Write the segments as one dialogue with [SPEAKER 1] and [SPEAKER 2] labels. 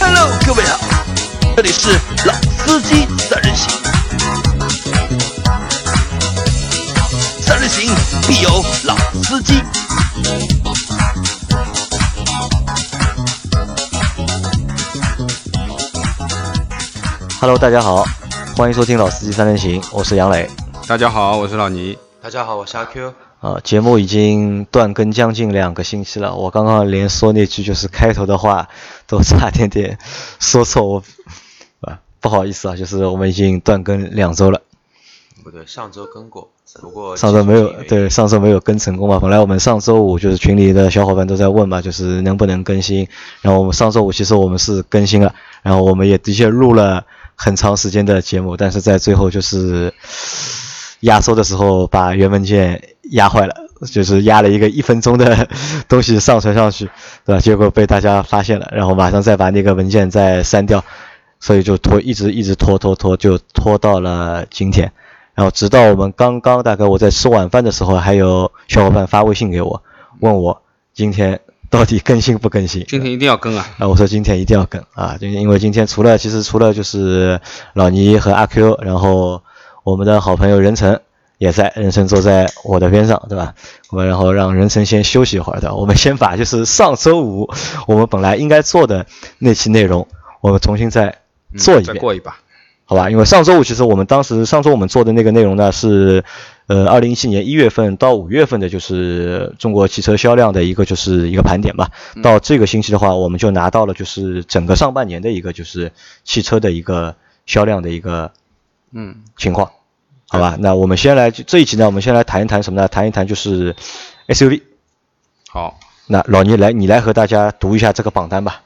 [SPEAKER 1] Hello，各位好，这里是老司机三人行，三人行必有老司机。
[SPEAKER 2] Hello，大家好，欢迎收听《老司机三人行》，我是杨磊。
[SPEAKER 3] 大家好，我是老倪。
[SPEAKER 4] 大家好，我是阿 Q。
[SPEAKER 2] 啊，节目已经断更将近两个星期了，我刚刚连说那句就是开头的话都差点点说错，我啊不好意思啊，就是我们已经断更两周了，
[SPEAKER 4] 不对，上周跟过，只不过
[SPEAKER 2] 上周没有
[SPEAKER 4] 技术原因
[SPEAKER 2] 对上周没有更成功嘛，本来我们上周五就是群里的小伙伴都在问嘛，就是能不能更新，然后我们上周五其实我们是更新了，然后我们也的确录了很长时间的节目，但是在最后就是压缩的时候把原文件压坏了，就是压了一个一分钟的 东西上传上去，对吧？结果被大家发现了，然后马上再把那个文件再删掉，所以就拖，一直一直拖拖拖，就拖到了今天。然后直到我们刚刚大概我在吃晚饭的时候，还有小伙伴发微信给我，
[SPEAKER 3] 嗯
[SPEAKER 2] 问我今天到底更新不更新？
[SPEAKER 3] 今天一定要更啊！
[SPEAKER 2] 啊，我说今天一定要跟啊，就是因为今天除了其实除了就是老倪和阿 Q，然后我们的好朋友任晨也在，任晨坐在我的边上，对吧？我们然后让任晨先休息一会儿，对吧？我们先把就是上周五我们本来应该做的那期内容，我们重新再
[SPEAKER 3] 嗯
[SPEAKER 2] 做一
[SPEAKER 3] 再
[SPEAKER 2] 遍，
[SPEAKER 3] 过一把。
[SPEAKER 2] 好吧，因为上周五其实我们当时上周我们做的那个内容呢是，呃，二零一七年一月份到五月份的，就是中国汽车销量的一个就是一个盘点吧。
[SPEAKER 3] 嗯
[SPEAKER 2] 到这个星期的话，我们就拿到了就是整个上半年的一个就是汽车的一个销量的一个
[SPEAKER 3] 嗯，
[SPEAKER 2] 情况，好吧？那我们先来这一集呢，我们先来谈一谈什么呢？谈一谈就是 SUV。
[SPEAKER 3] 好
[SPEAKER 2] 那老倪来，你来和大家读一下这个榜单吧，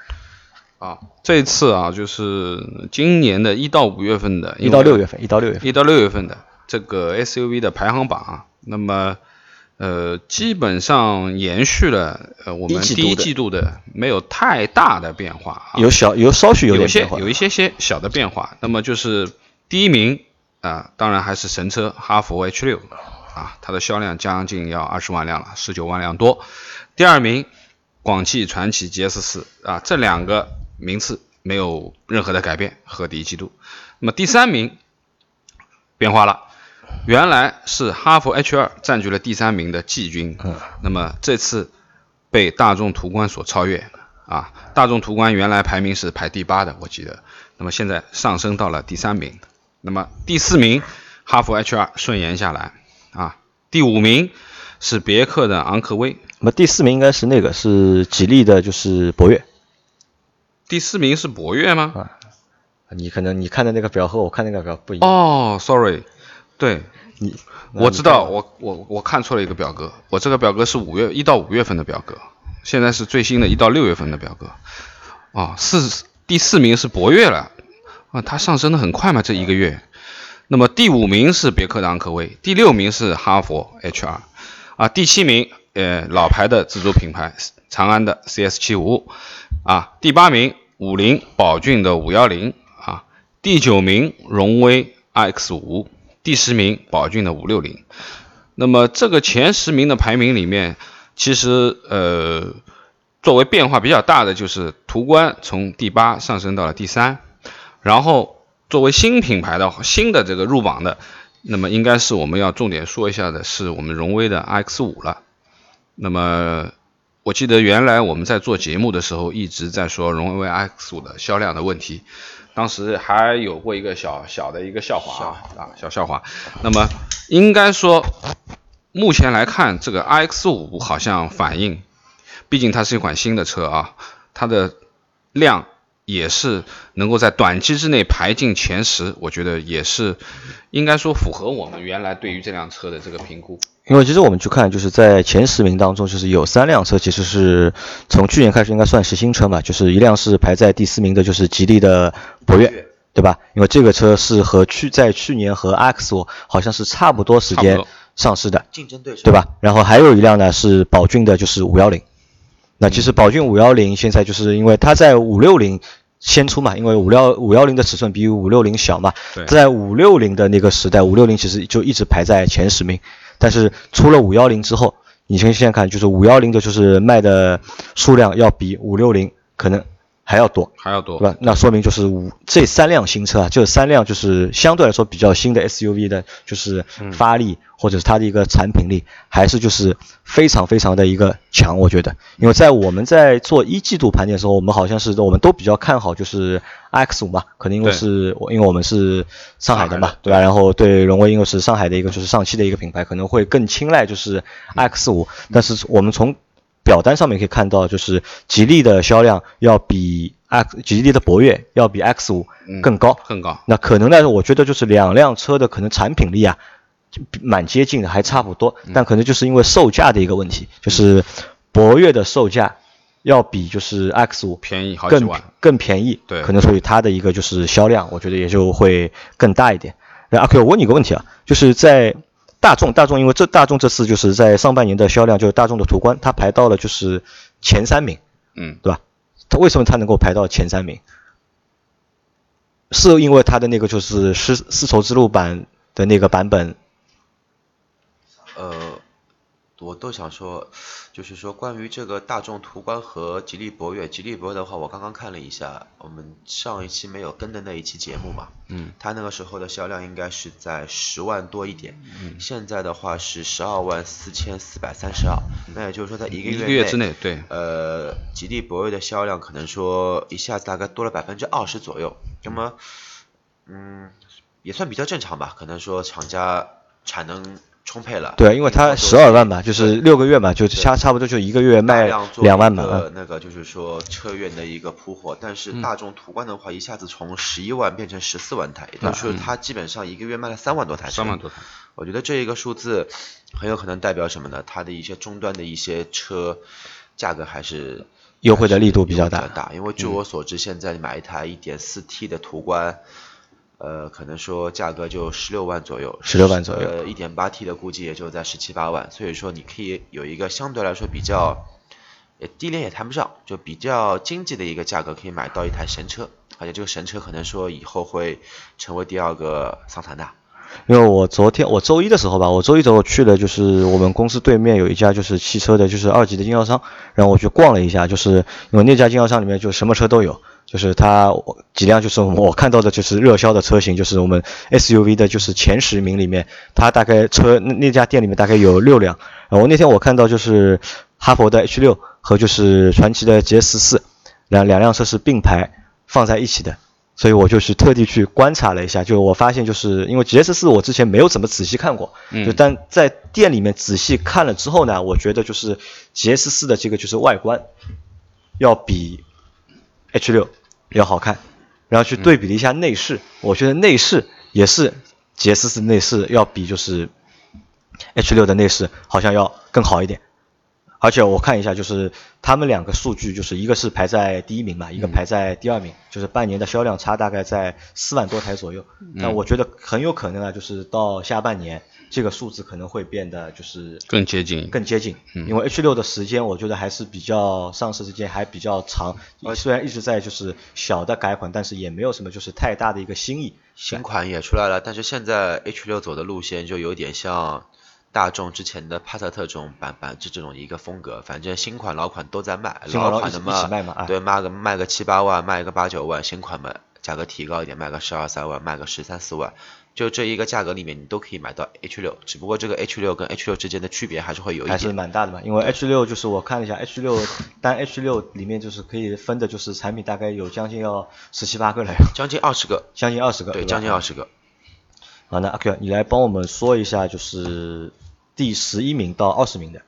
[SPEAKER 3] 啊，这次啊，就是今年的一到五月份的，
[SPEAKER 2] 一到六月份，一到六月份。
[SPEAKER 3] 一到六月份的这个 SUV 的排行榜啊，那么呃，基本上延续了呃我
[SPEAKER 2] 一
[SPEAKER 3] 们
[SPEAKER 2] 季度
[SPEAKER 3] 第一
[SPEAKER 2] 的
[SPEAKER 3] 季度的没有太大的变化啊，
[SPEAKER 2] 有小有稍许有
[SPEAKER 3] 有
[SPEAKER 2] 点
[SPEAKER 3] 些
[SPEAKER 2] 变化，
[SPEAKER 3] 有一些些小的变化。那么就是第一名啊、当然还是神车哈弗 H 六啊，它的销量将近要二十万辆了，十九万辆多。第二名广汽传祺 GS 四啊，这两个名次没有任何的改变和第一季度。那么第三名变化了。原来是哈弗 H 二占据了第三名的季军，
[SPEAKER 2] 嗯
[SPEAKER 3] 那么这次被大众途观所超越啊。大众途观原来排名是排第八的，我记得，那么现在上升到了第三名。那么第四名，哈弗 H 二顺延下来啊。第五名是别克的昂科威，
[SPEAKER 2] 那么第四名应该是那个是吉利的，就是博越。
[SPEAKER 3] 第四名是博越吗？
[SPEAKER 2] 你可能你看的那个表和我看那个表不一样。
[SPEAKER 3] 哦，sorry，对，
[SPEAKER 2] 你
[SPEAKER 3] 我知道，我我我看错了一个表格，我这个表格是五月一到五月份的表格，现在是最新的一到六月份的表格。哦，四第四名是博越了，啊，它上升的很快嘛，这一个月。那么第五名是别克的昂科威，第六名是哈佛 HR，啊，第七名呃老牌的自主品牌长安的 CS 七五五，啊，第八名五菱宝骏的五幺零，啊，第九名荣威 RX 五，第十名宝骏的五六零。那么这个前十名的排名里面，其实呃，作为变化比较大的就是途观从第八上升到了第三，然后作为新品牌的新的这个入榜的，那么应该是我们要重点说一下的是我们荣威的 RX 五了。那么我记得原来我们在做节目的时候一直在说荣威 RX 五的销量的问题，当时还有过一个小小的一个笑话啊啊小笑话。那么应该说，目前来看，这个 RX 五好像反应，毕竟它是一款新的车啊，它的量也是能够在短期之内排进前十，我觉得也是应该说符合我们原来对于这辆车的这个评估。
[SPEAKER 2] 因为其实我们去看，就是在前十名当中，就是有三辆车其实是从去年开始应该算是新车嘛，就是一辆是排在第四名的，就是吉利的博越，对吧？因为这个车是和去在去年和 X 五好像是差不多时
[SPEAKER 3] 差
[SPEAKER 2] 间
[SPEAKER 3] 不多
[SPEAKER 2] 上市的，
[SPEAKER 4] 竞争对手
[SPEAKER 2] 对？吧？然后还有一辆呢是宝骏的，就是五幺零。那其实宝骏五幺零现在就是因为它在五六零先出嘛，因为五幺五幺零的尺寸比五六零小嘛
[SPEAKER 3] 对，
[SPEAKER 2] 在五六零的那个时代，五六零其实就一直排在前十名。但是出了五幺零之后，你先现在看，就是五幺零的就是卖的数量要比五六零可能还要多。
[SPEAKER 3] 还要多
[SPEAKER 2] 对吧？那说明就是五这三辆新车啊，这三辆就是相对来说比较新的 SUV 的，就是
[SPEAKER 3] 嗯
[SPEAKER 2] 发力、或者是它的一个产品力，还是就是非常非常的一个强，我觉得。因为在我们在做一季度盘点的时候，我们好像是我们都比较看好就是 RX 五嘛，可能因为
[SPEAKER 3] 对
[SPEAKER 2] 是我因为我们是上海的
[SPEAKER 3] 上海
[SPEAKER 2] 嘛
[SPEAKER 3] 的，
[SPEAKER 2] 对吧？然后对荣威，因为是上海的一个就是上汽的一个品牌，可能会更青睐就是 RX 五，但是我们从表单上面可以看到，就是吉利的销量要比 X 吉利的博越要比 X 五更高。
[SPEAKER 3] 更高。
[SPEAKER 2] 那可能呢，我觉得就是两辆车的可能产品力啊，就比蛮接近的，还差不多。但可能就是因为售价的一个问题，就是博越的售价要比就是 X 五
[SPEAKER 3] 便宜好几
[SPEAKER 2] 更
[SPEAKER 3] 万。
[SPEAKER 2] 更便宜，
[SPEAKER 3] 对
[SPEAKER 2] 可能所以它的一个就是销量，我觉得也就会更大一点。然后阿 Q，我问你个问题啊，就是在大众，大众因为这大众这次就是在上半年的销量，就是大众的途观，它排到了就是前三名，
[SPEAKER 3] 嗯，
[SPEAKER 2] 对吧？它为什么它能够排到前三名？是因为它的那个就是丝丝绸之路版的那个版本，
[SPEAKER 4] 呃，我都想说，就是说关于这个大众途观和吉利博越，吉利博越的话，我刚刚看了一下，我们上一期没有跟的那一期节目嘛，
[SPEAKER 3] 嗯，
[SPEAKER 4] 它那个时候的销量应该是在十万多一点，嗯，现在的话是十二万四千四百三十二，那也就是说在一个
[SPEAKER 3] 一
[SPEAKER 4] 月
[SPEAKER 3] 个月之内，对，
[SPEAKER 4] 呃，吉利博越的销量可能说一下子大概多了百分之二十左右，那么，嗯，也算比较正常吧。可能说厂家产能充沛了，
[SPEAKER 2] 对，因为它
[SPEAKER 4] 运作
[SPEAKER 2] 十
[SPEAKER 4] 周期
[SPEAKER 2] 二万吧，就是六个月嘛，就差差不多就一个月
[SPEAKER 4] 大
[SPEAKER 2] 卖
[SPEAKER 4] 量做
[SPEAKER 2] 两万
[SPEAKER 4] 一
[SPEAKER 2] 嘛，
[SPEAKER 4] 个
[SPEAKER 2] 嗯
[SPEAKER 4] 那个就是说车源的一个铺货，但是大众途观的话，一下子从十一万变成十四万台，也就是
[SPEAKER 2] 嗯
[SPEAKER 4] 它基本上一个月卖了三万多台车，
[SPEAKER 3] 三万多台。
[SPEAKER 4] 我觉得这一个数字很有可能代表什么呢？它的一些终端的一些车价格还是
[SPEAKER 2] 优惠的力度比较大嗯
[SPEAKER 4] 还是优惠大。因为据我所知，现在买一台 1.4T 的途观，呃，可能说价格就十六万左右，
[SPEAKER 2] 16万左右
[SPEAKER 4] 呃，1.8T 的估计也就在十七八万，所以说你可以有一个相对来说比较。也低廉也谈不上，就比较经济的一个价格可以买到一台神车，而且这个神车可能说以后会成为第二个桑塔纳。
[SPEAKER 2] 因为我昨天我周一的时候吧，我周一的时候去了，就是我们公司对面有一家就是汽车的，就是二级的经销商，然后我去逛了一下，就是因为那家经销商里面就什么车都有，就是它我几辆就是我看到的就是热销的车型，就是我们 SUV 的就是前十名里面，它大概车那那家店里面大概有六辆，然后那天我看到就是哈佛的 H 六和就是传祺的 GS 四两两辆车是并排放在一起的，所以我就是特地去观察了一下，就我发现就是因为 GS 四我之前没有怎么仔细看过，就但在店里面仔细看了之后呢，我觉得就是 GS 四的这个就是外观要比 H 六要好看，然后去对比了一下内饰，我觉得内饰也是 GS 四内饰要比就是 H 六的内饰好像要更好一点。而且我看一下，就是他们两个数据，就是一个是排在第一名嘛，一个
[SPEAKER 3] 嗯
[SPEAKER 2] 排在第二名，就是半年的销量差大概在四万多台左右。
[SPEAKER 3] 嗯
[SPEAKER 2] 那我觉得很有可能啊，就是到下半年这个数字可能会变得就是
[SPEAKER 3] 更接近，嗯
[SPEAKER 2] 更接近，因为 H 六的时间我觉得还是比较上市时间还比较长，虽然一直在就是小的改款，但是也没有什么就是太大的一个新意。
[SPEAKER 4] 新款也出来了，但是现在 H 六走的路线就有点像大众之前的帕萨特这种版版这这种一个风格，反正新款老款都在卖，
[SPEAKER 2] 新款老
[SPEAKER 4] 款的
[SPEAKER 2] 一起一起卖嘛啊
[SPEAKER 4] 对，卖个卖个七八万，卖个八九万，新款嘛价格提高一点，卖个十二三万，卖个十三四万，就这一个价格里面你都可以买到 H 六，只不过这个 H 六跟 H 六之间的区别还是会有一
[SPEAKER 2] 还是
[SPEAKER 4] 点。
[SPEAKER 2] 蛮大的嘛，因为 H 六就是我看了一下，H 六单 H 六里面就是可以分的，就是产品大概有将近要十七八个了，
[SPEAKER 4] 将近二十个，
[SPEAKER 2] 将近二十个，
[SPEAKER 4] 对，
[SPEAKER 2] 吧
[SPEAKER 4] 将近二。十个。
[SPEAKER 2] 好，那阿 Q，你来帮我们说一下，就是第十一名到二十名的，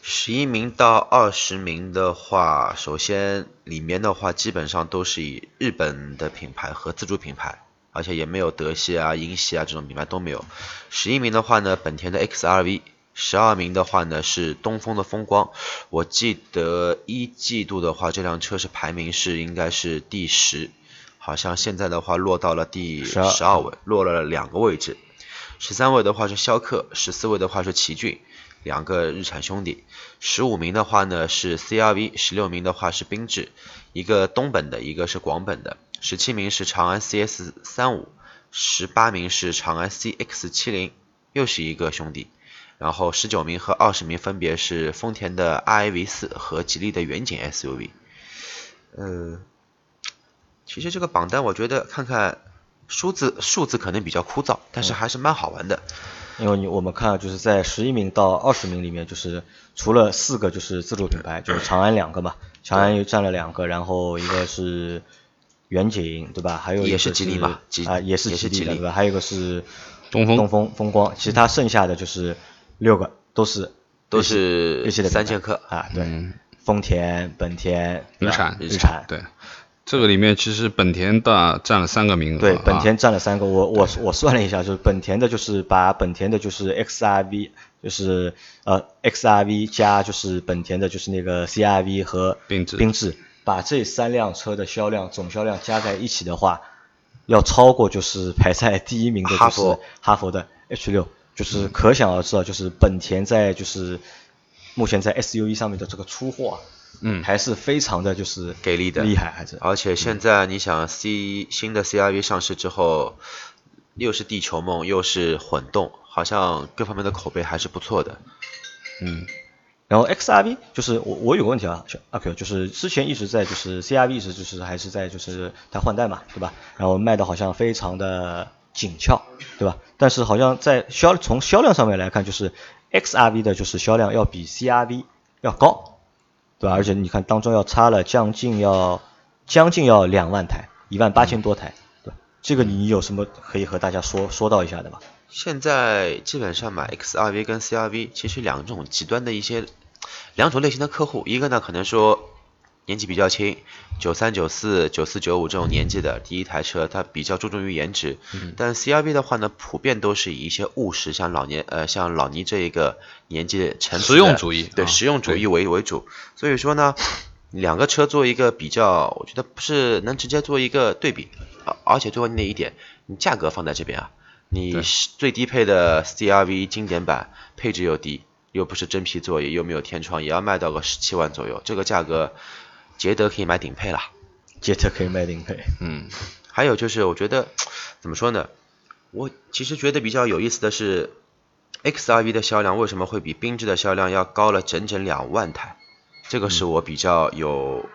[SPEAKER 4] 十一名到二十名的话，首先里面的话基本上都是以日本的品牌和自主品牌，而且也没有德系啊、英系啊这种品牌都没有。十一名的话呢，本田的 XRV；十二名的话呢是东风的风光。我记得一季度的话，这辆车是排名是应该是第十，好像现在的话落到了第
[SPEAKER 2] 12
[SPEAKER 4] 十二位，落了两个位置。十三位的话是逍客，十四位的话是奇骏，两个日产兄弟。十五名的话呢是 CRV，十六名的话是缤智，一个东本的，一个是广本的。十七名是长安 CS 三五，十八名是长安 CX 七零，又是一个兄弟。然后十九名和二十名分别是丰田的 RAV 四和吉利的远景 SUV。呃，其实这个榜单我觉得看看数字数字可能比较枯燥，但是还是蛮好玩的。
[SPEAKER 2] 因为你我们看就是在十一名到二十名里面，就是除了四个就是自主品牌，就是长安两个嘛，长安又占了两个，然后一个是远景对吧？还有一个
[SPEAKER 4] 也是吉利嘛吉
[SPEAKER 2] 啊也是
[SPEAKER 4] 也是
[SPEAKER 2] 吉利
[SPEAKER 4] 吉
[SPEAKER 2] 的
[SPEAKER 4] 利
[SPEAKER 2] 对吧？还有一个是
[SPEAKER 3] 东风
[SPEAKER 2] 东风风光，其他剩下的就是六个都是
[SPEAKER 4] 都
[SPEAKER 2] 日
[SPEAKER 4] 是
[SPEAKER 2] 系的品牌
[SPEAKER 4] 三剑客，
[SPEAKER 2] 啊，对，丰田、本田、对
[SPEAKER 3] 嗯日
[SPEAKER 2] 吧
[SPEAKER 3] 产，
[SPEAKER 2] 啊日产，
[SPEAKER 3] 对，这个里面其实本田的占了三个名额，
[SPEAKER 2] 对，本田
[SPEAKER 3] 啊、
[SPEAKER 2] 占了三个，我我我算了一下，就是本田的，就是把本田的，就是 XRV，就是呃 XRV 加就是本田的，就是那个 CRV 和
[SPEAKER 3] 缤智
[SPEAKER 2] 缤智，把这三辆车的销量总销量加在一起的话，要超过就是排在第一名的，
[SPEAKER 4] 哈
[SPEAKER 2] 就
[SPEAKER 4] 佛
[SPEAKER 2] 是哈佛的 H 六，就是可想而知啊，就是本田在就是目前在 SUV 上面的这个出货、啊，
[SPEAKER 3] 嗯
[SPEAKER 2] 还是非常的就是
[SPEAKER 4] 给力的
[SPEAKER 2] 厉害，还是
[SPEAKER 4] 而且现在你想 C 新的 CRV 上市之后，又是地球梦又是混动，好像各方面的口碑还是不错的。
[SPEAKER 3] 嗯，
[SPEAKER 2] 然后 XRV 就是我我有个问题啊，小阿 Q 就是之前一直在就是 CRV 一直就是还是在就是它换代嘛，对吧？然后卖的好像非常的紧俏，对吧？但是好像在销从销量上面来看，就是 XRV 的就是销量要比 CRV 要高，对吧？而且你看当中要差了将近要将近要两万台，一万八千多台，对吧？这个你有什么可以和大家说说到一下的吗？
[SPEAKER 4] 现在基本上买 XRV 跟 CRV 其实两种极端的一些两种类型的客户，一个呢可能说年纪比较轻，九三、九四、九四、九五这种年纪的第一台车，它比较注重于颜值。
[SPEAKER 3] 嗯
[SPEAKER 4] 但 CRV 的话呢，普遍都是以一些务实，像老年呃像老倪这一个年纪成熟
[SPEAKER 3] 实用
[SPEAKER 4] 的
[SPEAKER 3] 主义
[SPEAKER 4] 对
[SPEAKER 3] 啊
[SPEAKER 4] 实用主义为为主。所以说呢，两个车做一个比较，我觉得不是能直接做一个对比，而而且最关键的一点，你价格放在这边啊，你是最低配的 CRV 经典版配置又低，又不是真皮座椅，又没有天窗，也要卖到个十七万左右，这个价格，捷德可以买顶配了。
[SPEAKER 2] 捷特可以卖顶配，
[SPEAKER 3] 嗯，
[SPEAKER 4] 还有就是，我觉得怎么说呢？我其实觉得比较有意思的是，XRV 的销量为什么会比缤智的销量要高了整整两万台？这个是我比较有，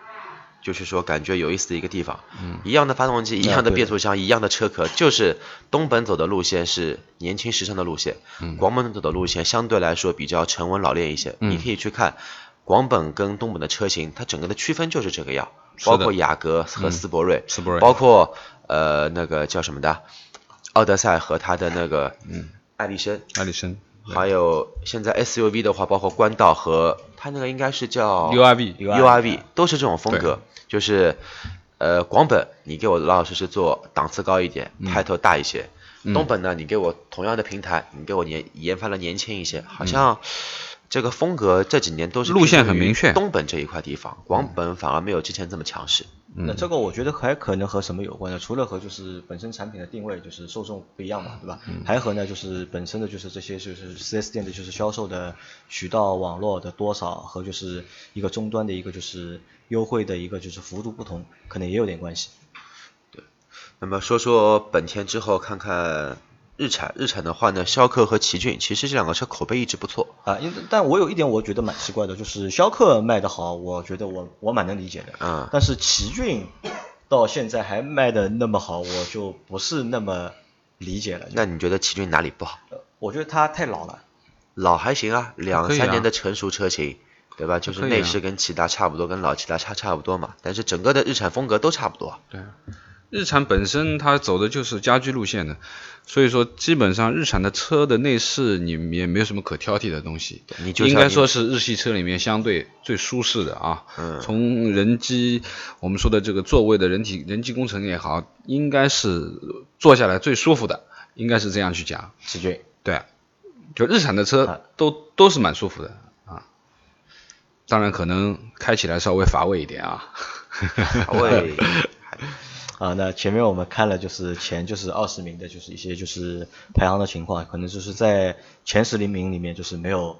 [SPEAKER 4] 就是说感觉有意思的一个地方。嗯、一样的发动机，一样的
[SPEAKER 2] 对
[SPEAKER 4] 变速箱，一样的车壳，就是东本走的路线是年轻时尚的路线，广本走的路线相对来说比较沉稳老练一些。你可以去看广本跟东本的车型，它整个的区分就是这个样，
[SPEAKER 3] 是
[SPEAKER 4] 包
[SPEAKER 3] 的
[SPEAKER 4] 括雅阁和斯铂瑞，
[SPEAKER 3] 斯铂瑞
[SPEAKER 4] 包括呃那个叫什么的，奥德赛和它的那个
[SPEAKER 3] 嗯
[SPEAKER 4] 艾力绅，
[SPEAKER 3] 艾力绅
[SPEAKER 4] 还有现在 SUV 的话，包括官道和它那个应该是叫
[SPEAKER 3] URV
[SPEAKER 4] URV 都是这种风格，就是呃广本你给我老老实实做档次高一点，
[SPEAKER 3] 嗯
[SPEAKER 4] 派头大一些。东本呢，你给我同样的平台，你给我年研发的年轻一些，好像这个风格这几年都是
[SPEAKER 3] 嗯路线
[SPEAKER 4] 偏向
[SPEAKER 3] 很
[SPEAKER 4] 于
[SPEAKER 3] 明确嗯
[SPEAKER 4] 东本这一块地方，广本反而没有之前这么强势。
[SPEAKER 2] 那这个我觉得还可能和什么有关呢？除了和就是本身产品的定位就是受众不一样嘛，对吧？还和呢就是本身的就是这些就是 4S 店的就是销售的渠道网络的多少和就是一个终端的一个就是优惠的一个就是幅度不同，可能也有点关系。
[SPEAKER 4] 那么说说本田之后，看看日产。日产的话呢，逍客和奇骏，其实这两个车口碑一直不错。
[SPEAKER 2] 啊，因但我有一点我觉得蛮奇怪的，就是逍客卖得好，我觉得我我蛮能理解的，
[SPEAKER 3] 啊
[SPEAKER 4] 嗯
[SPEAKER 2] 但是奇骏到现在还卖得那么好，我就不是那么理解了。就
[SPEAKER 4] 那你觉得奇骏哪里不好？
[SPEAKER 2] 我觉得它太老了。
[SPEAKER 4] 老还行啊，两
[SPEAKER 3] 可以啊
[SPEAKER 4] 三年的成熟车型，对吧？就是
[SPEAKER 3] 可以啊
[SPEAKER 4] 内饰跟骐达差不多，跟老骐达差差不多嘛。但是整个的日产风格都差不多。
[SPEAKER 3] 对。日产本身它走的就是家居路线的，所以说基本上日产的车的内饰你也没有什么可挑剔的东西，
[SPEAKER 4] 你就像
[SPEAKER 3] 应该说是日系车里面相对最舒适的啊。
[SPEAKER 4] 嗯
[SPEAKER 3] 从人机我们说的这个座位的人体人机工程也好，应该是坐下来最舒服的，应该是这样去讲。
[SPEAKER 2] 奇骏，
[SPEAKER 3] 对，啊就日产的
[SPEAKER 2] 啊
[SPEAKER 3] 车都、都是蛮舒服的啊，当然可能开起来稍微乏味一点啊。
[SPEAKER 4] 喂，
[SPEAKER 2] 啊，那前面我们看了就是前就是二十名的，就是一些就是排行的情况，可能就是在前十零名里面就是没有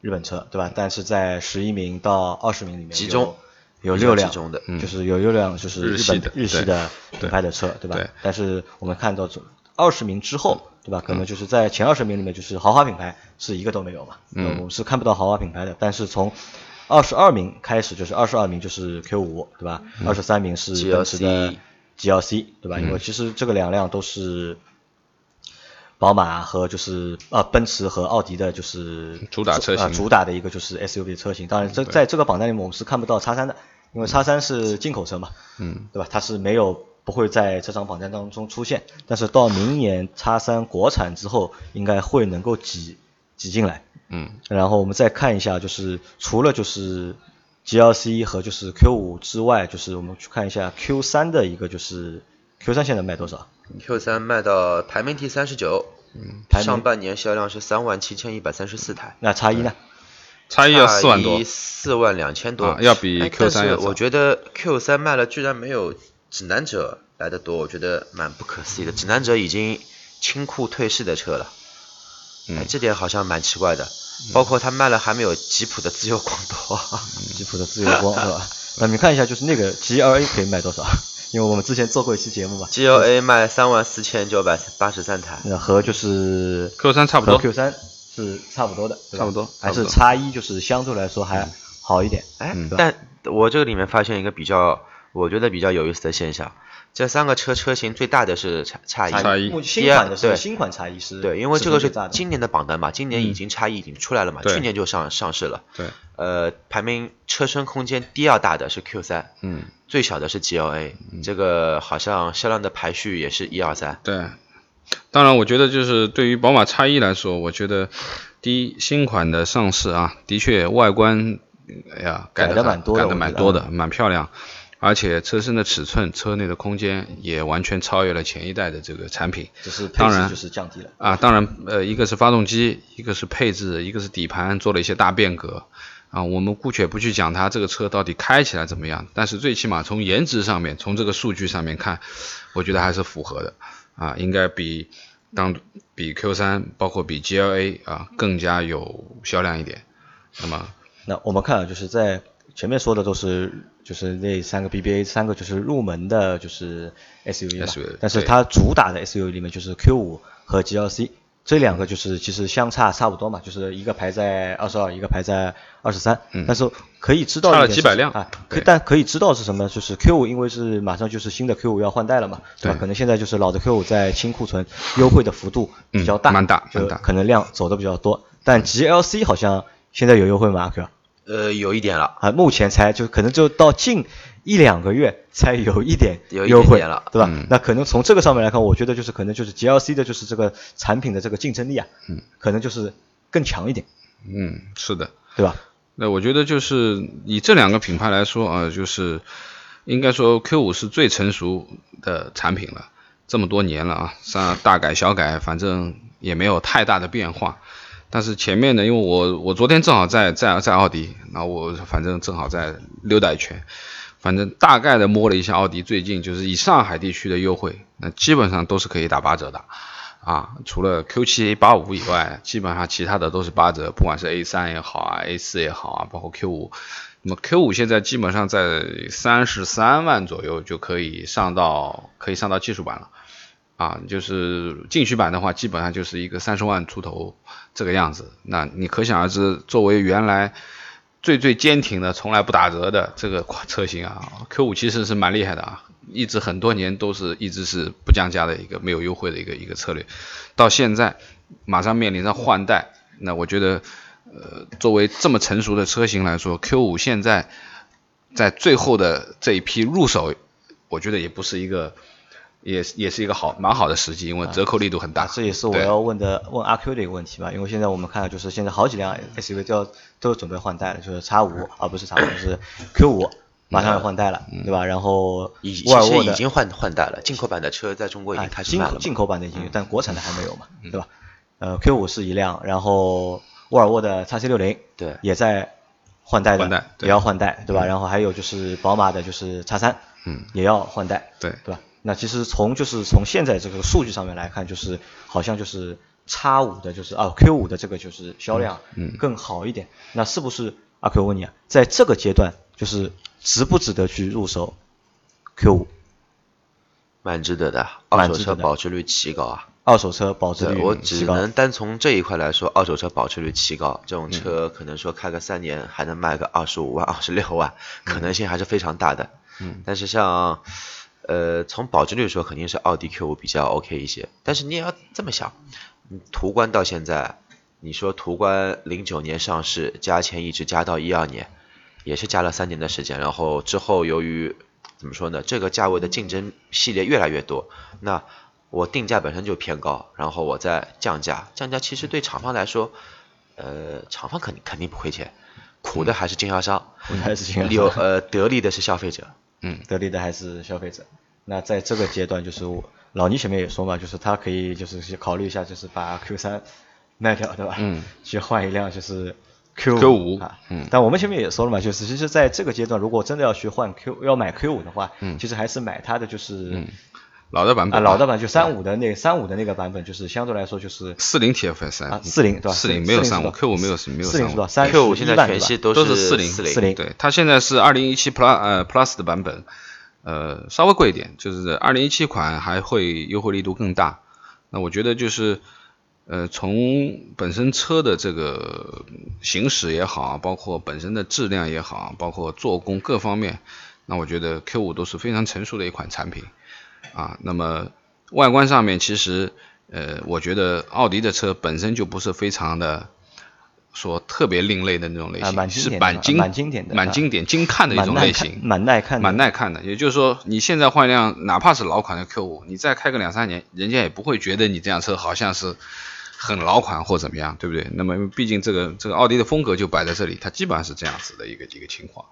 [SPEAKER 2] 日本车，对吧？但是在十一名到二十名里面
[SPEAKER 4] 集
[SPEAKER 2] 有
[SPEAKER 4] 中
[SPEAKER 2] 有
[SPEAKER 4] 比较
[SPEAKER 2] 六
[SPEAKER 4] 集
[SPEAKER 2] 辆
[SPEAKER 4] 中的
[SPEAKER 2] 就是有六辆就是
[SPEAKER 3] 日
[SPEAKER 2] 日
[SPEAKER 3] 系
[SPEAKER 2] 本
[SPEAKER 3] 的
[SPEAKER 2] 日系
[SPEAKER 3] 对
[SPEAKER 2] 的
[SPEAKER 3] 对
[SPEAKER 2] 品牌的车，对吧
[SPEAKER 3] 对？
[SPEAKER 2] 但是我们看到总二十名之后，对吧？可能就是在前二十名里面，就是豪华品牌是一个都没有嘛，嗯，我们是看不到豪华品牌的。但是从二十二名开始，就是二十二名就是 Q 五，对吧？二十三名是
[SPEAKER 4] GLC
[SPEAKER 2] 奔驰的 GLC 对吧？因为其实这个两辆都是宝马和就是啊奔驰和奥迪的，就是
[SPEAKER 3] 主打车型
[SPEAKER 2] 啊主打的一个就是 SUV 车型。当然这在这个榜单里面我们是看不到叉三的，因为叉三是进口车嘛，
[SPEAKER 3] 嗯，
[SPEAKER 2] 对吧？它是没有不会在这张榜单当中出现，但是到明年叉三国产之后，应该会能够挤挤进来。
[SPEAKER 3] 嗯
[SPEAKER 2] 然后我们再看一下，就是除了就是 GLC 和就是 Q 五之外，就是我们去看一下 Q 三的一个就是 Q 三现在卖多少？
[SPEAKER 4] Q 三卖到排名第三十九，
[SPEAKER 3] 嗯
[SPEAKER 2] 排名
[SPEAKER 4] 上半年销量是三万七千一百三十四台，
[SPEAKER 2] 那叉一呢？
[SPEAKER 3] 差异要四万多，
[SPEAKER 4] 啊四万两千多，
[SPEAKER 3] 啊要比
[SPEAKER 4] 哎
[SPEAKER 3] Q3 要
[SPEAKER 4] 但
[SPEAKER 3] 少
[SPEAKER 4] 是我觉得 Q 三卖了居然没有指南者来的多，我觉得蛮不可思议的。指南者已经清库退市的车了，哎
[SPEAKER 3] 嗯，
[SPEAKER 4] 这点好像蛮奇怪的。包括他卖了还没有吉普的自由光 多，
[SPEAKER 2] 吉普的自由光是吧？ 那你看一下，就是那个 GLA 可以卖多少？因为我们之前做过一期节目嘛。
[SPEAKER 3] 嗯
[SPEAKER 4] GLA 卖了三万四千九百八十三台，
[SPEAKER 2] 那和就是
[SPEAKER 3] Q 三差不
[SPEAKER 2] 和
[SPEAKER 3] 多，
[SPEAKER 2] Q 三是差不多的，对吧
[SPEAKER 3] 差不多
[SPEAKER 2] 还
[SPEAKER 3] 差
[SPEAKER 2] 是
[SPEAKER 3] 不多
[SPEAKER 2] 叉一就是相对来说还好一点。
[SPEAKER 4] 哎
[SPEAKER 3] 嗯，
[SPEAKER 4] 但我这个里面发现一个比较，我觉得比较有意思的现象，这三个车车型最大的是差差异，
[SPEAKER 3] 差异
[SPEAKER 2] 目新款的
[SPEAKER 4] 第
[SPEAKER 2] 是
[SPEAKER 3] 啊
[SPEAKER 4] 二对
[SPEAKER 2] 新款叉一是
[SPEAKER 4] 对，因为这个
[SPEAKER 2] 尺寸最
[SPEAKER 4] 是
[SPEAKER 2] 大的
[SPEAKER 4] 今年的榜单嘛，
[SPEAKER 2] 嗯
[SPEAKER 4] 今年已经差异已经出来了嘛，
[SPEAKER 3] 对
[SPEAKER 4] 去年就上上市了。
[SPEAKER 3] 对，
[SPEAKER 4] 呃，排名车身空间第二大的是 Q 三，
[SPEAKER 3] 嗯，
[SPEAKER 4] 最小的是 GLA，、这
[SPEAKER 2] 嗯
[SPEAKER 4] 个好像销量的排序也是一二三。
[SPEAKER 3] 对，当然，我觉得就是对于宝马叉一来说，我觉得第一新款的上市啊，的确外观，哎呀，
[SPEAKER 2] 改
[SPEAKER 3] 改
[SPEAKER 2] 得
[SPEAKER 3] 很
[SPEAKER 2] 蛮多的
[SPEAKER 3] 改的
[SPEAKER 2] 我
[SPEAKER 3] 蛮
[SPEAKER 2] 觉得啊
[SPEAKER 3] 多的，蛮漂亮，而且车身的尺寸、车内的空间也完全超越了前一代的这个产品。
[SPEAKER 2] 只是配
[SPEAKER 3] 当
[SPEAKER 2] 置
[SPEAKER 3] 然
[SPEAKER 2] 就是降低了。
[SPEAKER 3] 啊，当然，呃，一个是发动机，一个是配置，一个是底盘做了一些大变革。啊，我们姑且不去讲它这个车到底开起来怎么样，但是最起码从颜值上面，从这个数据上面看，我觉得还是符合的。啊，应该比当比 Q 3包括比 GLA 啊更加有销量一点。那么，
[SPEAKER 2] 那我们看啊，就是在前面说的都是就是那三个 BBA 三个就是入门的，就是 SUV 吧
[SPEAKER 3] SUV
[SPEAKER 2] 但是
[SPEAKER 3] 对
[SPEAKER 2] 它主打的 SUV 里面就是 Q 5和 GLC 这两个就是其实相差差不多嘛，就是一个排在二十二，一个排在二十三，但是可以知道
[SPEAKER 3] 嗯差了
[SPEAKER 2] 一点
[SPEAKER 3] 几百
[SPEAKER 2] 是
[SPEAKER 3] 辆
[SPEAKER 2] 啊，可
[SPEAKER 3] 对
[SPEAKER 2] 但可以知道是什么，就是 Q 5因为是马上就是新的 Q 5要换代了嘛，
[SPEAKER 3] 对
[SPEAKER 2] 吧可能现在就是老的 Q 5在清库存，优惠的幅度比较
[SPEAKER 3] 嗯
[SPEAKER 2] 大，
[SPEAKER 3] 蛮大
[SPEAKER 2] 就
[SPEAKER 3] 蛮大
[SPEAKER 2] 可能量走的比较多，但 GLC 好像现在有优惠吗？阿 Q？
[SPEAKER 4] 呃，有一点了，
[SPEAKER 2] 啊，目前才就可能就到近一两个月才有一点
[SPEAKER 4] 有一
[SPEAKER 2] 优
[SPEAKER 4] 点
[SPEAKER 2] 惠
[SPEAKER 4] 点了
[SPEAKER 2] 对吧？那可能从这个上面来看，我觉得就是可能就是 GLC 的就是这个产品的这个竞争力啊，嗯，可能就是更强一点，
[SPEAKER 3] 嗯，是的，
[SPEAKER 2] 对吧？
[SPEAKER 3] 那我觉得就是以这两个品牌来说啊，就是应该说 Q 5是最成熟的产品了，这么多年了啊，上大改小改，反正也没有太大的变化。但是前面呢，因为我我昨天正好在在在奥迪，然后我反正正好在溜达一圈，反正大概的摸了一下奥迪最近就是以上海地区的优惠，那基本上都是可以打八折的。啊，除了 Q 7 A 8 5以外，基本上其他的都是八折，不管是 A 3也好啊，A 4也好啊，包括 Q 5那么 Q 5现在基本上在三十三万左右就可以上到可以上到技术版了，啊，就是进取版的话，基本上就是一个三十万出头这个样子。那你可想而知，作为原来最最坚挺的、从来不打折的这个款车型啊，Q 5其实是蛮厉害的啊，一直很多年都是一直是不降价的一个没有优惠的一个一个策略，到现在马上面临着换代，那我觉得，呃，作为这么成熟的车型来说，Q 5现在在最后的这一批入手，我觉得也不是一个。也也是一个好蛮好的时机，因为折扣力度很大。
[SPEAKER 2] 啊，这也是我
[SPEAKER 3] 对
[SPEAKER 2] 要问的问阿 Q 的一个问题吧，因为现在我们看到就是现在好几辆 SUV 都要都准备换代了，就是叉五啊不是叉五，就是 Q 5马上要换代了，对吧？然后
[SPEAKER 4] 已其
[SPEAKER 2] 沃尔
[SPEAKER 4] 实
[SPEAKER 2] 沃
[SPEAKER 4] 已
[SPEAKER 2] 的
[SPEAKER 4] 经换换代了，进口版的车在中国已
[SPEAKER 2] 啊
[SPEAKER 4] 经，开始
[SPEAKER 2] 进
[SPEAKER 4] 卖
[SPEAKER 2] 口
[SPEAKER 4] 了嘛。嗯
[SPEAKER 2] 进口版的已经有，但国产的还没有嘛，对吧？呃，Q 5是一辆，然后沃尔沃的 x C 6 0
[SPEAKER 4] 对
[SPEAKER 2] 也在换代的，
[SPEAKER 3] 换代对
[SPEAKER 2] 也要换代，
[SPEAKER 4] 嗯
[SPEAKER 2] 对吧？然后还有就是宝马的，就是 x 3
[SPEAKER 3] 嗯，
[SPEAKER 2] 也要换代，
[SPEAKER 3] 对
[SPEAKER 2] 对吧？那其实从就是从现在这个数据上面来看，就是好像就是叉五的，就是啊 Q 五的这个就是销量
[SPEAKER 3] 嗯嗯
[SPEAKER 2] 更好一点。那是不是阿 Q 问你啊，在这个阶段就是值不值得去入手 Q 五？
[SPEAKER 4] 蛮值得的，二
[SPEAKER 2] 蛮值
[SPEAKER 4] 手
[SPEAKER 2] 得的
[SPEAKER 4] 车保值率奇高啊！
[SPEAKER 2] 二手车保值
[SPEAKER 4] 对
[SPEAKER 2] 率
[SPEAKER 4] 我
[SPEAKER 2] 极
[SPEAKER 4] 只
[SPEAKER 2] 高。
[SPEAKER 4] 能单从这一块来说，二手车保值率奇高，这种车可能说开个三年还能卖个二十五万、二十六万，可能性还是非常大的。嗯，但是像呃，从保值率说肯定是奥迪 Q 五比较 OK 一些，但是你也要这么想，你途观到现在，你说途观零九年上市，加钱一直加到一二年，也是加了三年的时间，然后之后由于怎么说呢，这个价位的竞争系列越来越多，那我定价本身就偏高，然后我再降价，降价其实对厂方来说，呃，厂方肯定肯定不亏钱，苦的还是经销商，
[SPEAKER 2] 还是经
[SPEAKER 4] 有
[SPEAKER 2] 销商
[SPEAKER 4] 呃得利的是消费者，
[SPEAKER 2] 得利的还是消费者。那在这个阶段，就是我老倪前面也说嘛，就是他可以就是去考虑一下，就是把 Q 三卖掉，对吧？
[SPEAKER 3] 嗯，
[SPEAKER 2] 去换一辆就是 Q
[SPEAKER 3] Q 五
[SPEAKER 2] 啊。
[SPEAKER 3] 嗯
[SPEAKER 2] 但我们前面也说了嘛，就是其实在这个阶段，如果真的要去换 Q 要买 Q 五的话，嗯，其实还是买它的就是、
[SPEAKER 3] 嗯老的版本
[SPEAKER 2] 啊老的版就三五的那三五的那个版本，就是相对来说就是
[SPEAKER 3] 四零 TFS 三
[SPEAKER 2] 啊四零对吧？
[SPEAKER 3] 嗯四零没有
[SPEAKER 2] 40是
[SPEAKER 3] 三五
[SPEAKER 2] 吧
[SPEAKER 3] Q 五没有没有
[SPEAKER 2] 40
[SPEAKER 3] 三
[SPEAKER 2] 是
[SPEAKER 3] 五
[SPEAKER 2] 吧？三
[SPEAKER 4] Q 五现在全系都
[SPEAKER 3] 都
[SPEAKER 4] 是
[SPEAKER 3] 四零
[SPEAKER 4] 40
[SPEAKER 2] 40
[SPEAKER 3] 对，它现在是二零一七 Plus 呃 Plus 的版本，呃稍微贵一点，就是二零一七款还会优惠力度更大。那我觉得就是呃从本身车的这个行驶也好，包括本身的质量也好，包括做工各方面，那我觉得 Q 五都是非常成熟的一款产品啊。那么外观上面其实。呃，我觉得奥迪的车本身就不是非常的说特别另类的那种类
[SPEAKER 2] 啊
[SPEAKER 3] 型，
[SPEAKER 2] 蛮经
[SPEAKER 3] 是
[SPEAKER 2] 典的
[SPEAKER 3] 蛮
[SPEAKER 2] 啊
[SPEAKER 3] 经
[SPEAKER 2] 蛮经典的
[SPEAKER 3] 蛮
[SPEAKER 2] 啊
[SPEAKER 3] 经典、精看的一
[SPEAKER 2] 蛮
[SPEAKER 3] 种
[SPEAKER 2] 耐
[SPEAKER 3] 类
[SPEAKER 2] 看
[SPEAKER 3] 型，
[SPEAKER 2] 蛮耐看的，
[SPEAKER 3] 蛮耐看的。也就是说，你现在换一辆哪怕是老款的 Q 五，你再开个两三年，人家也不会觉得你这辆车好像是很老款或怎么样，对不对？那么因为毕竟这个这个奥迪的风格就摆在这里，它基本上是这样子的一个一个情况。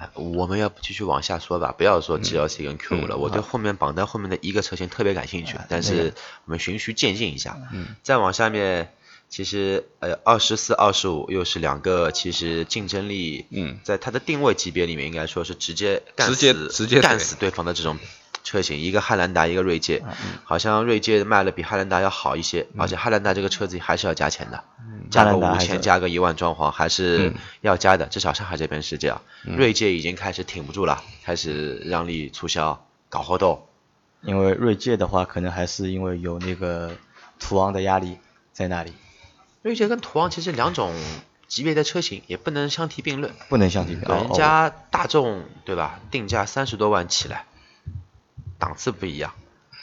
[SPEAKER 4] 哎我们要不继续往下说吧，不要说
[SPEAKER 3] 嗯
[SPEAKER 4] GLC 跟 Q 五了。我对后面榜单后面的一个车型特别感兴趣，
[SPEAKER 3] 嗯
[SPEAKER 4] 但是我们循序渐进一下。嗯。再往下面，其实呃，二十四、二十五又是两个，其实竞争力，
[SPEAKER 3] 嗯，
[SPEAKER 4] 在它的定位级别里面，应该说是直接干
[SPEAKER 3] 直接
[SPEAKER 4] 死
[SPEAKER 3] 直接
[SPEAKER 4] 干
[SPEAKER 3] 怼
[SPEAKER 4] 死对方的这种车型，一个汉兰达，一个锐界，
[SPEAKER 3] 嗯
[SPEAKER 4] 好像锐界卖的比汉兰达要好一些，而且汉兰达这个车子还是要加钱的，加
[SPEAKER 2] 汉兰
[SPEAKER 4] 个
[SPEAKER 2] 达
[SPEAKER 4] 嗯五
[SPEAKER 2] 还是
[SPEAKER 4] 千，加个一万装潢还是要加的，至少上海这边是这样。锐界已经开始挺不住了，开始让利促销、搞活动。
[SPEAKER 2] 因为锐界的话，可能还是因为有那个途昂的压力在那里，
[SPEAKER 4] 锐界跟途昂其实两种级别的车型也不能相提并论，
[SPEAKER 2] 不能相提并
[SPEAKER 4] 对
[SPEAKER 2] 论。
[SPEAKER 4] 嗯人家大众对吧，定价三十多万起来，档次不一样。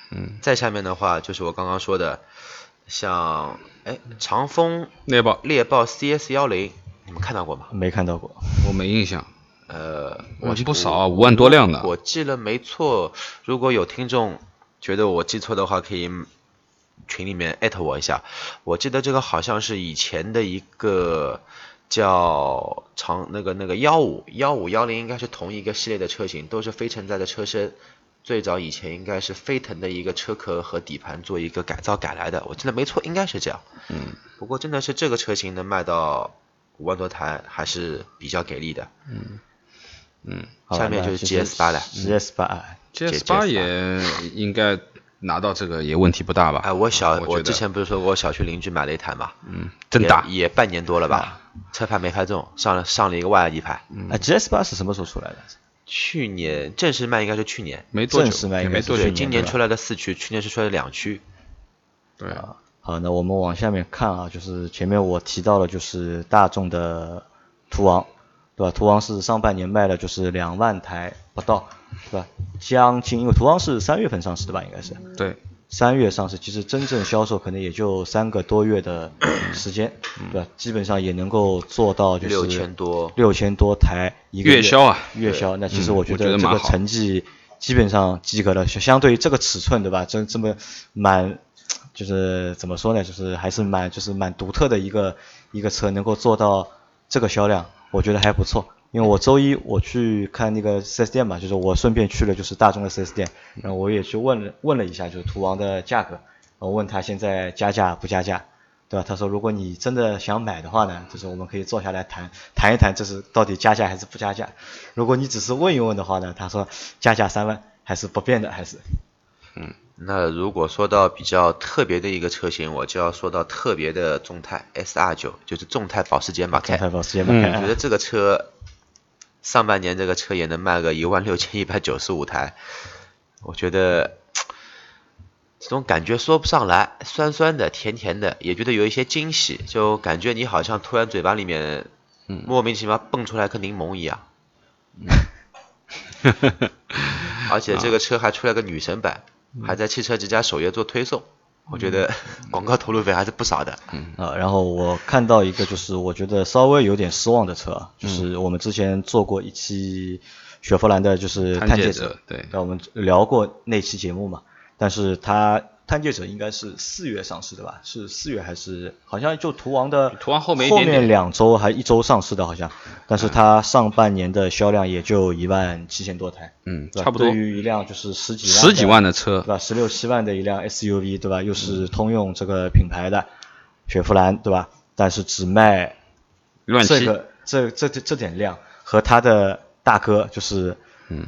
[SPEAKER 3] 嗯，
[SPEAKER 4] 再下面的话就是我刚刚说的，像哎长风
[SPEAKER 3] 那把
[SPEAKER 4] 猎豹 CS 幺零，你们看到过吗？
[SPEAKER 2] 没看到过，
[SPEAKER 3] 我没印象，
[SPEAKER 4] 呃，
[SPEAKER 3] 我不少啊，五万多辆呢。
[SPEAKER 4] 我记了没错，如果有听众觉得我记错的话，可以群里面艾特我一下。我记得这个好像是以前的一个叫长那个那个幺五幺五幺零，应该是同一个系列的车型，都是非承载的车身。最早以前应该是飞腾的一个车壳和底盘做一个改造改来的，我记得没错，应该是这样。
[SPEAKER 3] 嗯，
[SPEAKER 4] 不过真的是这个车型能卖到五万多台，还是比较给力的。
[SPEAKER 3] 嗯
[SPEAKER 2] 好吧
[SPEAKER 4] 下面
[SPEAKER 2] 那
[SPEAKER 4] 就是
[SPEAKER 2] 其
[SPEAKER 4] GS
[SPEAKER 2] 实
[SPEAKER 4] 八了
[SPEAKER 2] GS 八，哎
[SPEAKER 3] ，GS 八也应该拿到这个也问题不大吧？
[SPEAKER 4] 哎，我小
[SPEAKER 3] 啊
[SPEAKER 4] 我
[SPEAKER 3] 觉
[SPEAKER 4] 之
[SPEAKER 3] 得
[SPEAKER 4] 前不是说我小区邻居买了一台嘛，
[SPEAKER 3] 嗯真大，嗯
[SPEAKER 4] 也也半年多了吧，车牌没拍中，上了上了一个外 ID 牌。
[SPEAKER 2] 啊 GS 八是什么时候出来的？
[SPEAKER 4] 去年正式卖应该是去年，
[SPEAKER 3] 没多
[SPEAKER 2] 正式
[SPEAKER 3] 久，
[SPEAKER 2] 卖
[SPEAKER 3] 也
[SPEAKER 2] 应
[SPEAKER 3] 没
[SPEAKER 2] 该是
[SPEAKER 3] 多久
[SPEAKER 2] 去
[SPEAKER 4] 对，
[SPEAKER 2] 年，
[SPEAKER 4] 今
[SPEAKER 2] 对
[SPEAKER 4] 年
[SPEAKER 2] 吧
[SPEAKER 4] 出来的四驱，去年是出来的两驱。
[SPEAKER 3] 对，
[SPEAKER 2] 好，那我们往下面看啊，就是前面我提到了，就是大众的途昂，对吧？途昂是上半年卖了就是两万台不到，对吧？将近，因为途昂是三月份上市的吧，应该是
[SPEAKER 3] 对，
[SPEAKER 2] 三月上市，其实真正销售可能也就三个多月的时间，
[SPEAKER 3] 嗯
[SPEAKER 2] 对吧？基本上也能够做到就是
[SPEAKER 4] 6000多
[SPEAKER 2] 六千多台一个
[SPEAKER 3] 月销啊
[SPEAKER 2] 月销。那其实
[SPEAKER 3] 嗯
[SPEAKER 2] 我
[SPEAKER 3] 我
[SPEAKER 2] 觉
[SPEAKER 3] 觉得
[SPEAKER 2] 得这
[SPEAKER 3] 蛮
[SPEAKER 2] 个
[SPEAKER 3] 好
[SPEAKER 2] 成绩基本上及格了，相相对于这个尺寸，对吧？这这么蛮。就是怎么说呢？就是还是蛮就是蛮独特的一个一个车，能够做到这个销量，我觉得还不错。因为我周一我去看那个 4S 店嘛，就是我顺便去了就是大众的 4S 店，然后我也去问了问了一下就是途昂的价格，我问他现在加价不加价，对吧？他说如果你真的想买的话呢，就是我们可以坐下来谈谈一谈，这是到底加价还是不加价。如果你只是问一问的话呢，他说加价三万还是不变的，还是
[SPEAKER 4] 那如果说到比较特别的一个车型，我就要说到特别的众泰 SR 9就是众泰保时捷 Macan。
[SPEAKER 2] 太保时捷
[SPEAKER 3] 嗯
[SPEAKER 2] 买
[SPEAKER 4] 我觉得这个车上半年这个车也能卖个一万六千一百九十五台，我觉得这种感觉说不上来，酸酸的、甜甜的，也觉得有一些惊喜，就感觉你好像突然嘴巴里面
[SPEAKER 3] 嗯
[SPEAKER 4] 莫名其妙蹦出来颗柠檬一样。而且
[SPEAKER 3] 啊
[SPEAKER 4] 这个车还出来个女神版，
[SPEAKER 3] 嗯
[SPEAKER 4] 还在汽车之家首页做推送，我觉得广告投入费还是不少的。
[SPEAKER 3] 嗯
[SPEAKER 2] 啊，然后我看到一个就是我觉得稍微有点失望的车啊，就
[SPEAKER 3] 嗯
[SPEAKER 2] 是我们之前做过一期雪佛兰的，就是
[SPEAKER 3] 探
[SPEAKER 2] 探
[SPEAKER 3] 界
[SPEAKER 2] 界
[SPEAKER 3] 者
[SPEAKER 2] 者，
[SPEAKER 3] 对
[SPEAKER 2] 那我们聊过那期节目嘛，但是它探界者应该是四月上市的吧？是四月还是好像就途王的
[SPEAKER 3] 途王后面一
[SPEAKER 2] 后
[SPEAKER 3] 点嗯点
[SPEAKER 2] 面两周还一周上市的好像，但是它上半年的销量也就一万七千多台，
[SPEAKER 3] 嗯
[SPEAKER 2] 对吧
[SPEAKER 3] 差不多
[SPEAKER 2] 对于一辆就是十几万
[SPEAKER 3] 十几万
[SPEAKER 2] 的
[SPEAKER 3] 的车
[SPEAKER 2] 对，吧？十六七万的一辆 SUV，对吧？又是通用这个品牌的雪佛兰，对吧？但是只卖
[SPEAKER 3] 乱
[SPEAKER 2] 这
[SPEAKER 3] 七，
[SPEAKER 2] 个这这这这点量和他的大哥就是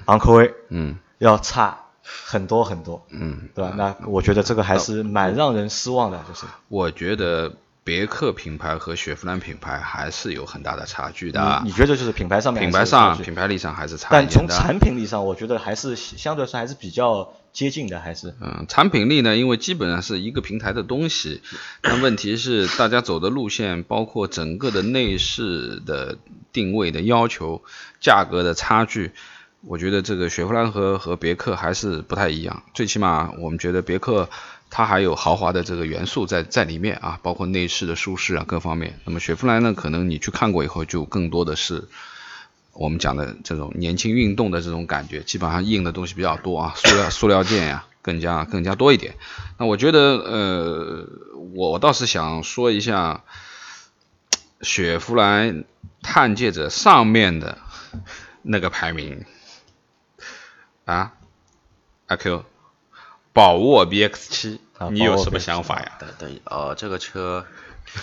[SPEAKER 2] 昂科威
[SPEAKER 3] 嗯
[SPEAKER 2] 要差很多很多，
[SPEAKER 3] 嗯，
[SPEAKER 2] 对吧？那我觉得这个还是蛮让人失望的，就是
[SPEAKER 3] 我觉得别克品牌和雪佛兰品牌还是有很大的差距的啊
[SPEAKER 2] 你你。觉得就是品牌上面
[SPEAKER 3] 品
[SPEAKER 2] 嗯还
[SPEAKER 3] 牌
[SPEAKER 2] 是有差
[SPEAKER 3] 上、
[SPEAKER 2] 距
[SPEAKER 3] 品牌力上还是差一
[SPEAKER 2] 但
[SPEAKER 3] 点
[SPEAKER 2] 从
[SPEAKER 3] 的。啊
[SPEAKER 2] 产品力上，我觉得还是相对来说还是比较接近的，还是
[SPEAKER 3] 嗯，产品力呢，因为基本上是一个平台的东西，但问题是大家走的路线，包括整个的内饰的定位的要求、价格的差距，我觉得这个雪佛兰和和别克还是不太一样。最起码我们觉得别克它还有豪华的这个元素在在里面啊，包括内饰的舒适啊各方面。那么雪佛兰呢，可能你去看过以后，就更多的是我们讲的这种年轻运动的这种感觉，基本上硬的东西比较多啊，塑料塑料件呀、更加更加多一点。那我觉得，呃，我我倒是想说一下，雪佛兰探界者上面的那个排名啊，阿 Q，宝沃 BX 七
[SPEAKER 2] 啊，
[SPEAKER 3] 你
[SPEAKER 2] 宝
[SPEAKER 3] 有
[SPEAKER 2] 沃
[SPEAKER 3] 什么
[SPEAKER 2] BX7
[SPEAKER 3] 想法呀？
[SPEAKER 4] 等等，哦，这个车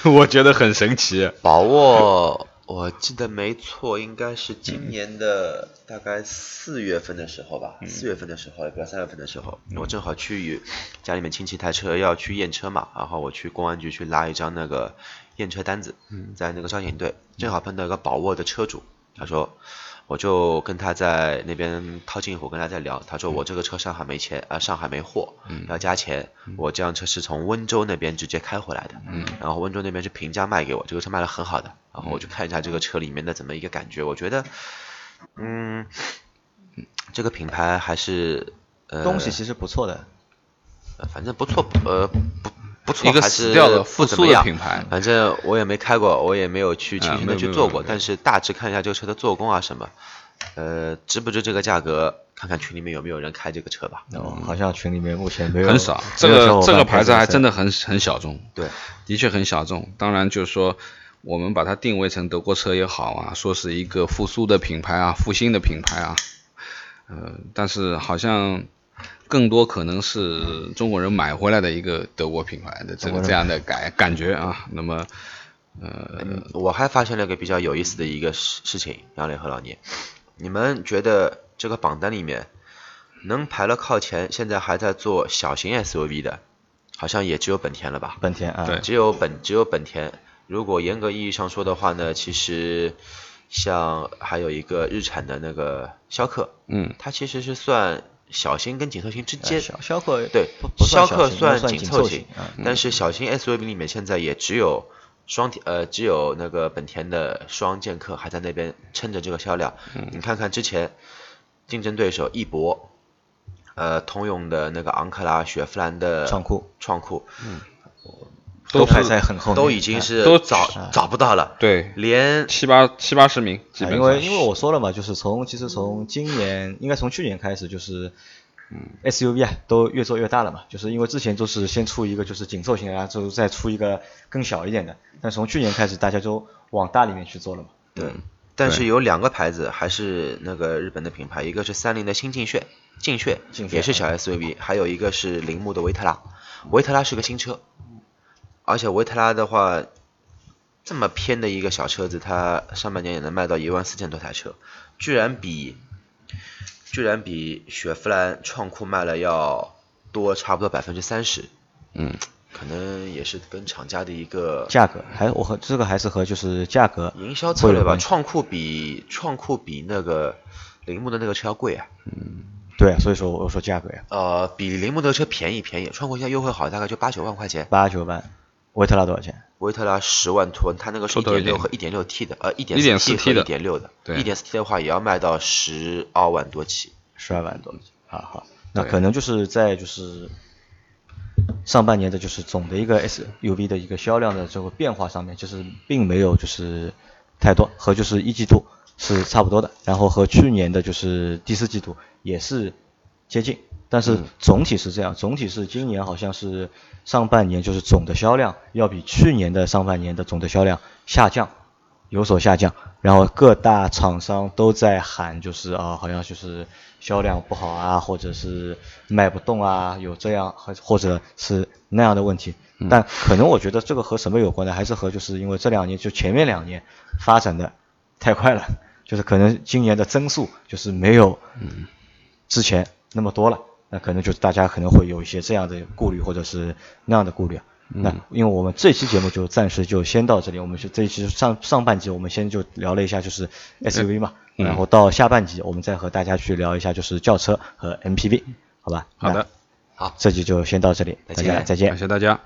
[SPEAKER 3] 我觉得很神奇。
[SPEAKER 4] 宝沃，我记得没错，应该是今年的大概四月份的时候吧，四月份的时候，也不知道三月份的时候，我正好去家里面亲戚台车要去验车嘛，然后我去公安局去拉一张那个验车单子，在那个交警队正好碰到一个宝沃的车主，他说。我就跟他在那边套近乎，跟他在聊。他
[SPEAKER 3] 嗯
[SPEAKER 4] 说我这个车上海没钱啊、上海没货，要加钱。
[SPEAKER 3] 嗯
[SPEAKER 4] 我这辆车是从温州那边直接开回来的，然后温州那边是平价卖给我，这个车卖的很好的。然
[SPEAKER 3] 嗯
[SPEAKER 4] 后我就看一下这个车里面的怎么一个感觉，我觉得，嗯，这个品牌还是呃，
[SPEAKER 2] 东西其实不错的，
[SPEAKER 4] 呃反正不错，呃，不不错，
[SPEAKER 3] 一个
[SPEAKER 4] 还
[SPEAKER 3] 死
[SPEAKER 4] 是
[SPEAKER 3] 掉了
[SPEAKER 4] 不
[SPEAKER 3] 复
[SPEAKER 4] 怎
[SPEAKER 3] 苏
[SPEAKER 4] 么
[SPEAKER 3] 的
[SPEAKER 4] 样
[SPEAKER 3] 品牌
[SPEAKER 4] 反正我也没开过，我也没有去亲身
[SPEAKER 3] 啊没有
[SPEAKER 4] 的去
[SPEAKER 3] 没有
[SPEAKER 4] 做
[SPEAKER 3] 没有
[SPEAKER 4] 过，
[SPEAKER 3] 没有
[SPEAKER 4] 但是大致看一下这个车的做工啊什么，呃，值不值这个价格？看看群里面有没有人开这个车吧。
[SPEAKER 2] 然后哦好像群里面目前没有
[SPEAKER 3] 很少，这
[SPEAKER 2] 没有小伙
[SPEAKER 3] 个
[SPEAKER 2] 伴
[SPEAKER 3] 这个
[SPEAKER 2] 开
[SPEAKER 3] 牌子还
[SPEAKER 2] 车
[SPEAKER 3] 真的很很小众，
[SPEAKER 4] 对，
[SPEAKER 3] 的确很小众。当然就是说，我们把它定位成德国车也好啊，说是一个复苏的品牌啊，复兴的品牌啊，呃，但是好像更多可能是中国人买回来的一个德国品牌的这个这样的感感觉啊。那么，呃，
[SPEAKER 4] 嗯我还发现了一个比较有意思的一个事事情，杨磊和老聂，你们觉得这个榜单里面能排了靠前，现在还在做小型 SUV 的，好像也只有本田了吧？
[SPEAKER 2] 本田啊，
[SPEAKER 3] 对
[SPEAKER 4] 只有本只有本田。如果严格意义上说的话呢，其实像还有一个日产的那个逍客，
[SPEAKER 3] 嗯，
[SPEAKER 4] 它其实是算小型跟紧凑型之
[SPEAKER 2] 呃
[SPEAKER 4] 间。
[SPEAKER 2] 逍逍客
[SPEAKER 4] 对
[SPEAKER 2] 不，不
[SPEAKER 4] 逍
[SPEAKER 2] 算小
[SPEAKER 4] 客
[SPEAKER 2] 型应该
[SPEAKER 4] 紧
[SPEAKER 2] 紧
[SPEAKER 4] 凑
[SPEAKER 2] 型，啊
[SPEAKER 4] 但是小型 SUV 里面现在也只有双体呃只有那个本田的双剑客还在那边撑着这个销量。
[SPEAKER 2] 嗯
[SPEAKER 4] 你看看之前竞争对手翼博，呃，通用的那个昂克拉、雪佛兰的
[SPEAKER 2] 创酷，
[SPEAKER 4] 创酷，
[SPEAKER 2] 都排在很后面，啊
[SPEAKER 4] 都已经是
[SPEAKER 3] 都
[SPEAKER 4] 找找不到了，
[SPEAKER 3] 对，
[SPEAKER 4] 连
[SPEAKER 3] 七八七八十名，基
[SPEAKER 2] 啊，
[SPEAKER 3] 本
[SPEAKER 2] 因
[SPEAKER 3] 上
[SPEAKER 2] 为因为我说了嘛，就是从其实从今年应该从去年开始就是。SUV
[SPEAKER 3] 嗯
[SPEAKER 2] 啊，都越做越大了嘛，就是因为之前都是先出一个就是紧凑型的，然后之后再出一个更小一点的，但从去年开始大家都往大里面去做了嘛。
[SPEAKER 4] 对，嗯但是有两个牌子还是那个日本的品牌，一个是三菱的新劲炫，劲炫
[SPEAKER 2] 劲炫嗯
[SPEAKER 4] 也是小 SUV，还有一个是铃木的维特拉，维特拉是个新车，而且维特拉的话，这么偏的一个小车子，它上半年也能卖到一万四千多台车，居然比居然比雪佛兰创酷卖了要多差不多百分之三十，
[SPEAKER 3] 嗯，
[SPEAKER 4] 可能也是跟厂家的一个
[SPEAKER 2] 价格还我和这个还是和就是价格
[SPEAKER 4] 营销策
[SPEAKER 2] 会
[SPEAKER 4] 略
[SPEAKER 2] 有
[SPEAKER 4] 吧，
[SPEAKER 2] 关系。
[SPEAKER 4] 创酷比创酷比那个铃木的那个车要贵啊，
[SPEAKER 2] 对，啊所以说我说价格呀，
[SPEAKER 4] 呃，比铃木的车便宜便宜，创酷现在优惠好，大概就八九万块钱，
[SPEAKER 2] 八九万，维特拉多少钱？
[SPEAKER 4] 维特拉十万多，它那个
[SPEAKER 3] 说
[SPEAKER 4] 是一
[SPEAKER 3] 多一
[SPEAKER 4] 点六
[SPEAKER 3] 点
[SPEAKER 4] 和一点六 T 的，呃，一点
[SPEAKER 3] 1.4T 的
[SPEAKER 4] 一点六的，
[SPEAKER 3] 对
[SPEAKER 4] 一点四 T 的话也要卖到十二万多起，
[SPEAKER 2] 十二万多。好啊好，那
[SPEAKER 3] 对
[SPEAKER 2] 可能就是在就是上半年的，就是总的一个 SUV 的一个销量的这个变化上面，就是并没有就是太多，和就是一季度是差不多的，然后和去年的就是第四季度也是接近，但是总体是这样，总体是今年好像是上半年就是总的销量要比去年的上半年的总的销量下降，有所下降，然后各大厂商都在喊，就是啊，好像就是销量不好啊，或者是卖不动啊，有这样或或者是那样的问题。但可能我觉得这个和什么有关呢？还是和就是因为这两年就前面两年发展的太快了，就是可能今年的增速就是没有之前那么多了，那可能就是大家可能会有一些这样的顾虑，或者是那样的顾虑啊。那因为我们这期节目就暂时就先到这里，我们是这一期上上半集我们先就聊了一下就是 SUV 嘛，然后到下半集我们再和大家去聊一下就是轿车和 MPV，好吧？
[SPEAKER 3] 好的，
[SPEAKER 2] 好，这集就先到这里，大
[SPEAKER 4] 再
[SPEAKER 2] 家
[SPEAKER 4] 见
[SPEAKER 2] 再见
[SPEAKER 3] 感。谢大家。